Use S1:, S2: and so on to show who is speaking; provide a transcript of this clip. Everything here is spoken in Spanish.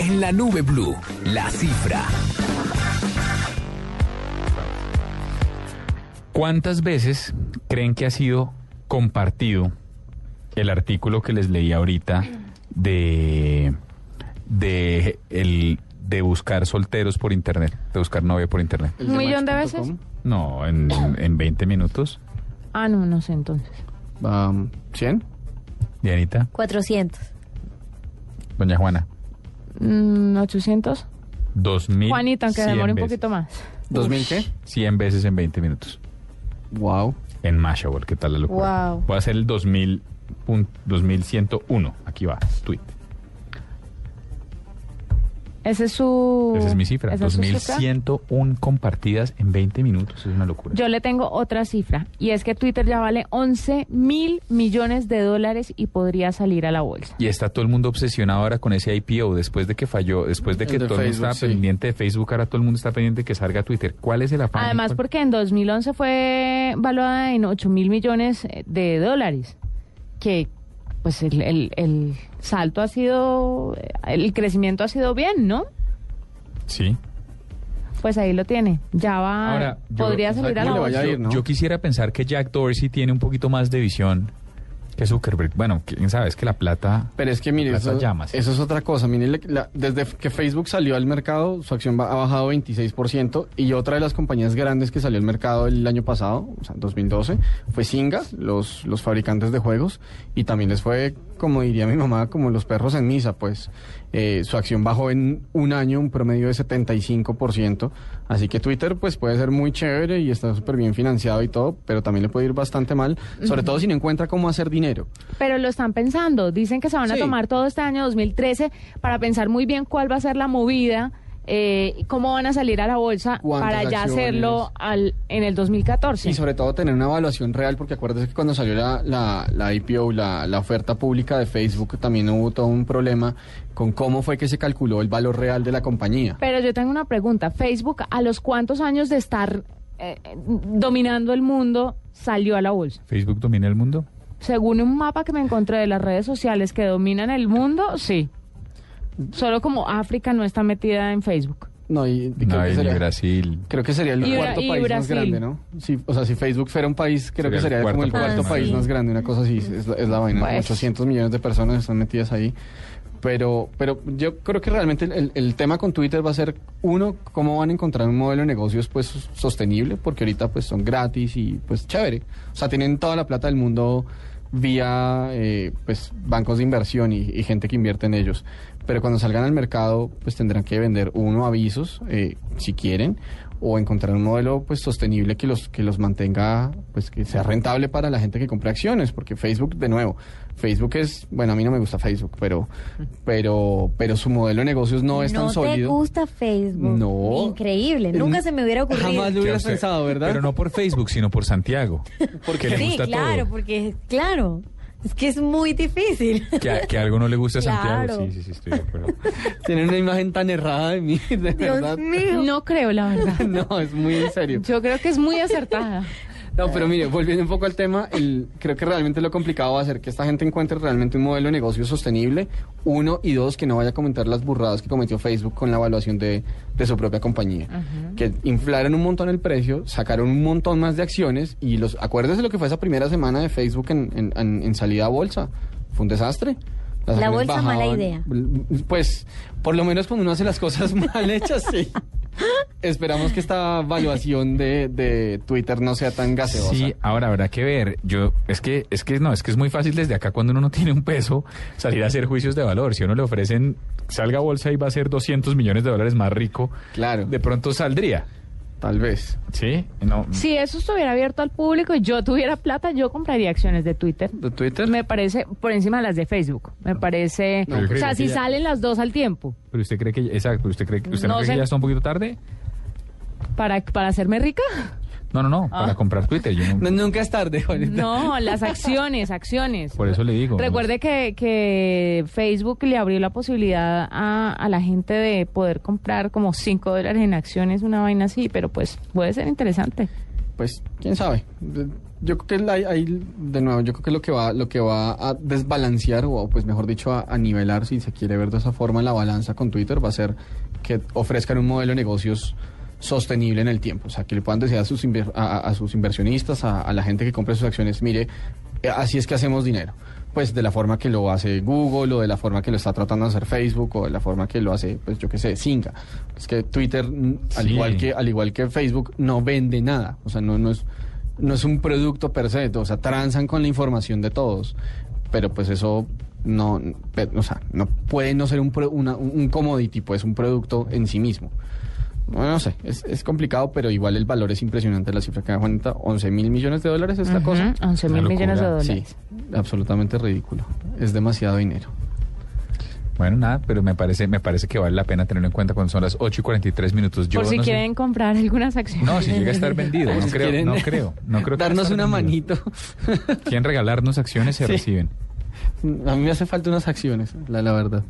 S1: En la nube blue, la cifra.
S2: ¿Cuántas veces creen que ha sido compartido el artículo que les leí ahorita de, de, el, de buscar solteros por internet, de buscar novia por internet?
S3: ¿Un millón de veces?
S2: No, en, en 20 minutos.
S3: Ah, no, no sé entonces.
S4: Um, ¿100?
S2: Dianita,
S5: 400.
S2: doña Juana,
S3: Mm, ¿800?
S2: 2000.
S3: Juanita, aunque
S2: 100
S3: demore un
S2: veces.
S3: poquito más.
S4: ¿2000 qué?
S2: 100 veces en 20 minutos.
S4: Wow.
S2: En Mashable, ¿qué tal la locura?
S3: Wow.
S2: Voy a hacer el 2000, pun- 2101. Aquí va, tweet.
S3: Ese es su...
S2: Esa es mi cifra.
S3: Uh, esa es su cifra.
S2: 2101 compartidas en 20 minutos. Es una locura.
S3: Yo le tengo otra cifra, y es que Twitter ya vale 11 mil millones de dólares y podría salir a la bolsa.
S2: Y está todo el mundo obsesionado ahora con ese IPO después de que falló, después de
S4: El
S2: que
S4: de
S2: todo el mundo
S4: Facebook,
S2: estaba
S4: sí.
S2: pendiente de Facebook, ahora todo el mundo está pendiente de que salga Twitter. ¿Cuál es el afán?
S3: Además,
S2: ¿Cuál-
S3: porque en 2011 fue valuada en 8 mil millones eh, de dólares, que pues el, el- el salto ha sido, eh, el crecimiento ha sido bien, ¿no?
S2: Sí.
S3: Pues ahí lo tiene. Ya va,
S2: Ahora, yo-
S3: podría
S2: o sea,
S3: salir a
S4: ¿cómo
S3: la
S4: le vaya
S3: bolsa.
S4: a ir? ¿no?
S2: Yo quisiera pensar que Jack Dorsey tiene un poquito más de visión que Zuckerberg. Bueno, quién sabe, es que la plata...
S4: Pero es que mire,
S2: la plata
S4: eso,
S2: llama, sí.
S4: eso es otra cosa. Mire, le- la- desde que Facebook salió al mercado, su acción ba- ha bajado 26%. Y otra de las compañías grandes que salió al mercado el año pasado, o sea, en 2012, fue Singa, los, los fabricantes de juegos. Y también les fue, como diría mi mamá, como los perros en misa, pues. Eh, su acción bajó en un año un promedio de 75%. Así que Twitter, pues, puede ser muy chévere y está súper bien financiado y todo, pero también le puede ir bastante mal, sobre todo si no encuentra cómo hacer dinero.
S3: Pero lo están pensando. Dicen que se van a
S4: Sí.
S3: tomar todo este año 2013 para pensar muy bien cuál va a ser la movida, eh, y cómo van a salir a la bolsa
S4: ¿Cuántas
S3: para ya
S4: acciones?
S3: hacerlo al, en el 2014.
S4: Y sobre todo tener una evaluación real, porque acuérdese que cuando salió la, la, la IPO, la, la oferta pública de Facebook, también hubo todo un problema con cómo fue que se calculó el valor real de la compañía.
S3: Pero yo tengo una pregunta. Facebook, ¿a los cuántos años de estar eh, eh, dominando el mundo salió a la bolsa?
S2: ¿Facebook domina el mundo?
S3: Según un mapa que me encontré de las redes sociales que dominan el mundo, sí. Solo como África no está metida en Facebook.
S4: No, y, y creo,
S2: No,
S4: que
S2: ni
S4: sería,
S2: Brasil.
S4: creo que sería el
S3: Y-
S4: cuarto
S3: y
S4: país más
S3: Brasil.
S4: grande, ¿no? Sí, o sea, si Facebook fuera un país,
S2: Sería
S4: creo que
S2: el
S4: sería como el
S2: cuarto
S4: cuarto
S3: país más
S4: país más
S3: grande.
S4: grande, una cosa así, es la, es la vaina.
S3: Pues.
S4: 800 millones de personas están metidas ahí. Pero, pero yo creo que realmente el, el tema con Twitter va a ser, uno, cómo van a encontrar un modelo de negocios pues sos- sostenible, porque ahorita pues son gratis y pues chévere. O sea, tienen toda la plata del mundo vía eh, pues bancos de inversión y, y gente que invierte en ellos. Pero cuando salgan al mercado, pues tendrán que vender uno avisos, eh, si quieren, o encontrar un modelo pues sostenible que los, que los mantenga, pues que sea rentable para la gente que compre acciones, porque Facebook, de nuevo, Facebook es, bueno, a mí no me gusta Facebook, pero, pero, pero su modelo de negocios no es tan
S5: te
S4: sólido.
S5: gusta Facebook.
S4: No. Eh,
S5: Increíble. Nunca se me hubiera ocurrido.
S4: Jamás lo
S2: Que a
S4: hubieras
S2: usted-
S4: pensado, ¿verdad?
S2: Pero no por Facebook, sino por Santiago. Porque le
S5: Sí,
S2: gusta
S5: claro,
S2: todo.
S5: porque, claro, es que es muy difícil.
S2: Que, a- que algo no le gusta a Santiago.
S5: Claro.
S2: Sí, sí, sí, estoy de acuerdo.
S4: Tienen una imagen tan errada de mí, de verdad.
S5: Dios mío.
S3: No creo, la verdad.
S4: No, es muy en serio.
S3: Yo creo que es muy acertada.
S4: No,
S5: Eh.
S4: pero mire, volviendo un poco al tema, el- creo que realmente lo complicado va a ser que esta gente encuentre realmente un modelo de negocio sostenible, uno, y dos, que no vaya a comentar las burradas que cometió Facebook con la evaluación de, de su propia compañía. Que inflaron un montón el precio, sacaron un montón más de acciones, y los acuérdese lo que fue esa primera semana de Facebook en, en- en- en salida a bolsa. Fue un desastre. Las
S5: La
S4: acciones
S5: bolsa, mala idea.
S4: Pues, por lo menos cuando uno hace las cosas mal hechas, sí. Esperamos que esta evaluación de, de Twitter no sea tan gaseosa.
S2: Sí, ahora habrá que ver. Yo es que es que no, es que es muy fácil desde acá cuando uno no tiene un peso salir a hacer juicios de valor. Si a uno le ofrecen salga a bolsa y va a ser 200 millones de dólares más rico,
S4: Claro,
S2: de pronto saldría.
S4: tal vez.
S2: Sí, no.
S3: Si eso estuviera abierto al público y yo tuviera plata, yo compraría acciones de Twitter.
S4: ¿De Twitter?
S3: Me parece por encima de las de Facebook. Me parece.
S2: No,
S3: o
S2: pero
S3: sea,
S2: que
S3: si
S2: ya-
S3: salen las dos al tiempo
S2: Pero usted cree que exacto, usted cree que usted no,
S3: No
S2: cree
S3: sé.
S2: que ya está un poquito tarde?
S3: para, para hacerme rica.
S2: No, no, no,
S3: Ah.
S2: para comprar Twitter. Yo no-
S4: nunca es tarde,
S3: No, las acciones, acciones.
S2: por eso le digo. no
S3: Recuerde que, que Facebook le abrió la posibilidad a, a la gente de poder comprar como 5 dólares en acciones, una vaina así, pero pues puede ser interesante.
S4: Pues, quién sabe. yo creo que la- ahí, de nuevo, yo creo que lo que va, lo que va a desbalancear, o pues mejor dicho, a, a nivelar, si se quiere ver de esa forma, la balanza con Twitter va a ser que ofrezcan un modelo de negocios sostenible en el tiempo. O sea, que le puedan decir a sus, inver- a, a- a sus inversionistas, a, a la gente que compre sus acciones, mire, eh, así es que hacemos dinero. Pues de la forma que lo hace Google, o de la forma que lo está tratando de hacer Facebook, o de la forma que lo hace, pues yo qué sé, Zinca. Es que Twitter, mm, al
S2: Sí.
S4: igual que al igual que Facebook, no vende nada. O sea, no, no, es, no es un producto per se. O sea, transan con la información de todos. Pero pues eso no, pe- o sea, no puede no ser un, pro- una- un un commodity, pues un producto en sí mismo. No, no sé, es, es complicado, pero igual el valor es impresionante. La cifra que da Juanita, 11 mil millones de dólares esta
S3: Ujú,
S4: cosa.
S3: 11 mil
S2: Una
S3: millones de
S2: locura,
S4: Sí,
S3: dólares.
S4: absolutamente ridículo. Es demasiado dinero.
S2: Bueno, nada, pero me parece, me parece que vale la pena tenerlo en cuenta cuando son las 8 y 43 minutos. Yo
S3: Por si
S2: no sé-
S3: quieren comprar algunas acciones.
S2: No, si llega a estar vendido, no
S4: Si
S2: creo,
S4: quieren
S2: no creo, no creo. que
S4: Darnos
S2: estar
S4: una
S2: vendido.
S4: manito.
S2: Quieren regalarnos acciones, se
S4: Sí.
S2: reciben.
S4: A mí me hace falta unas acciones, la, la verdad.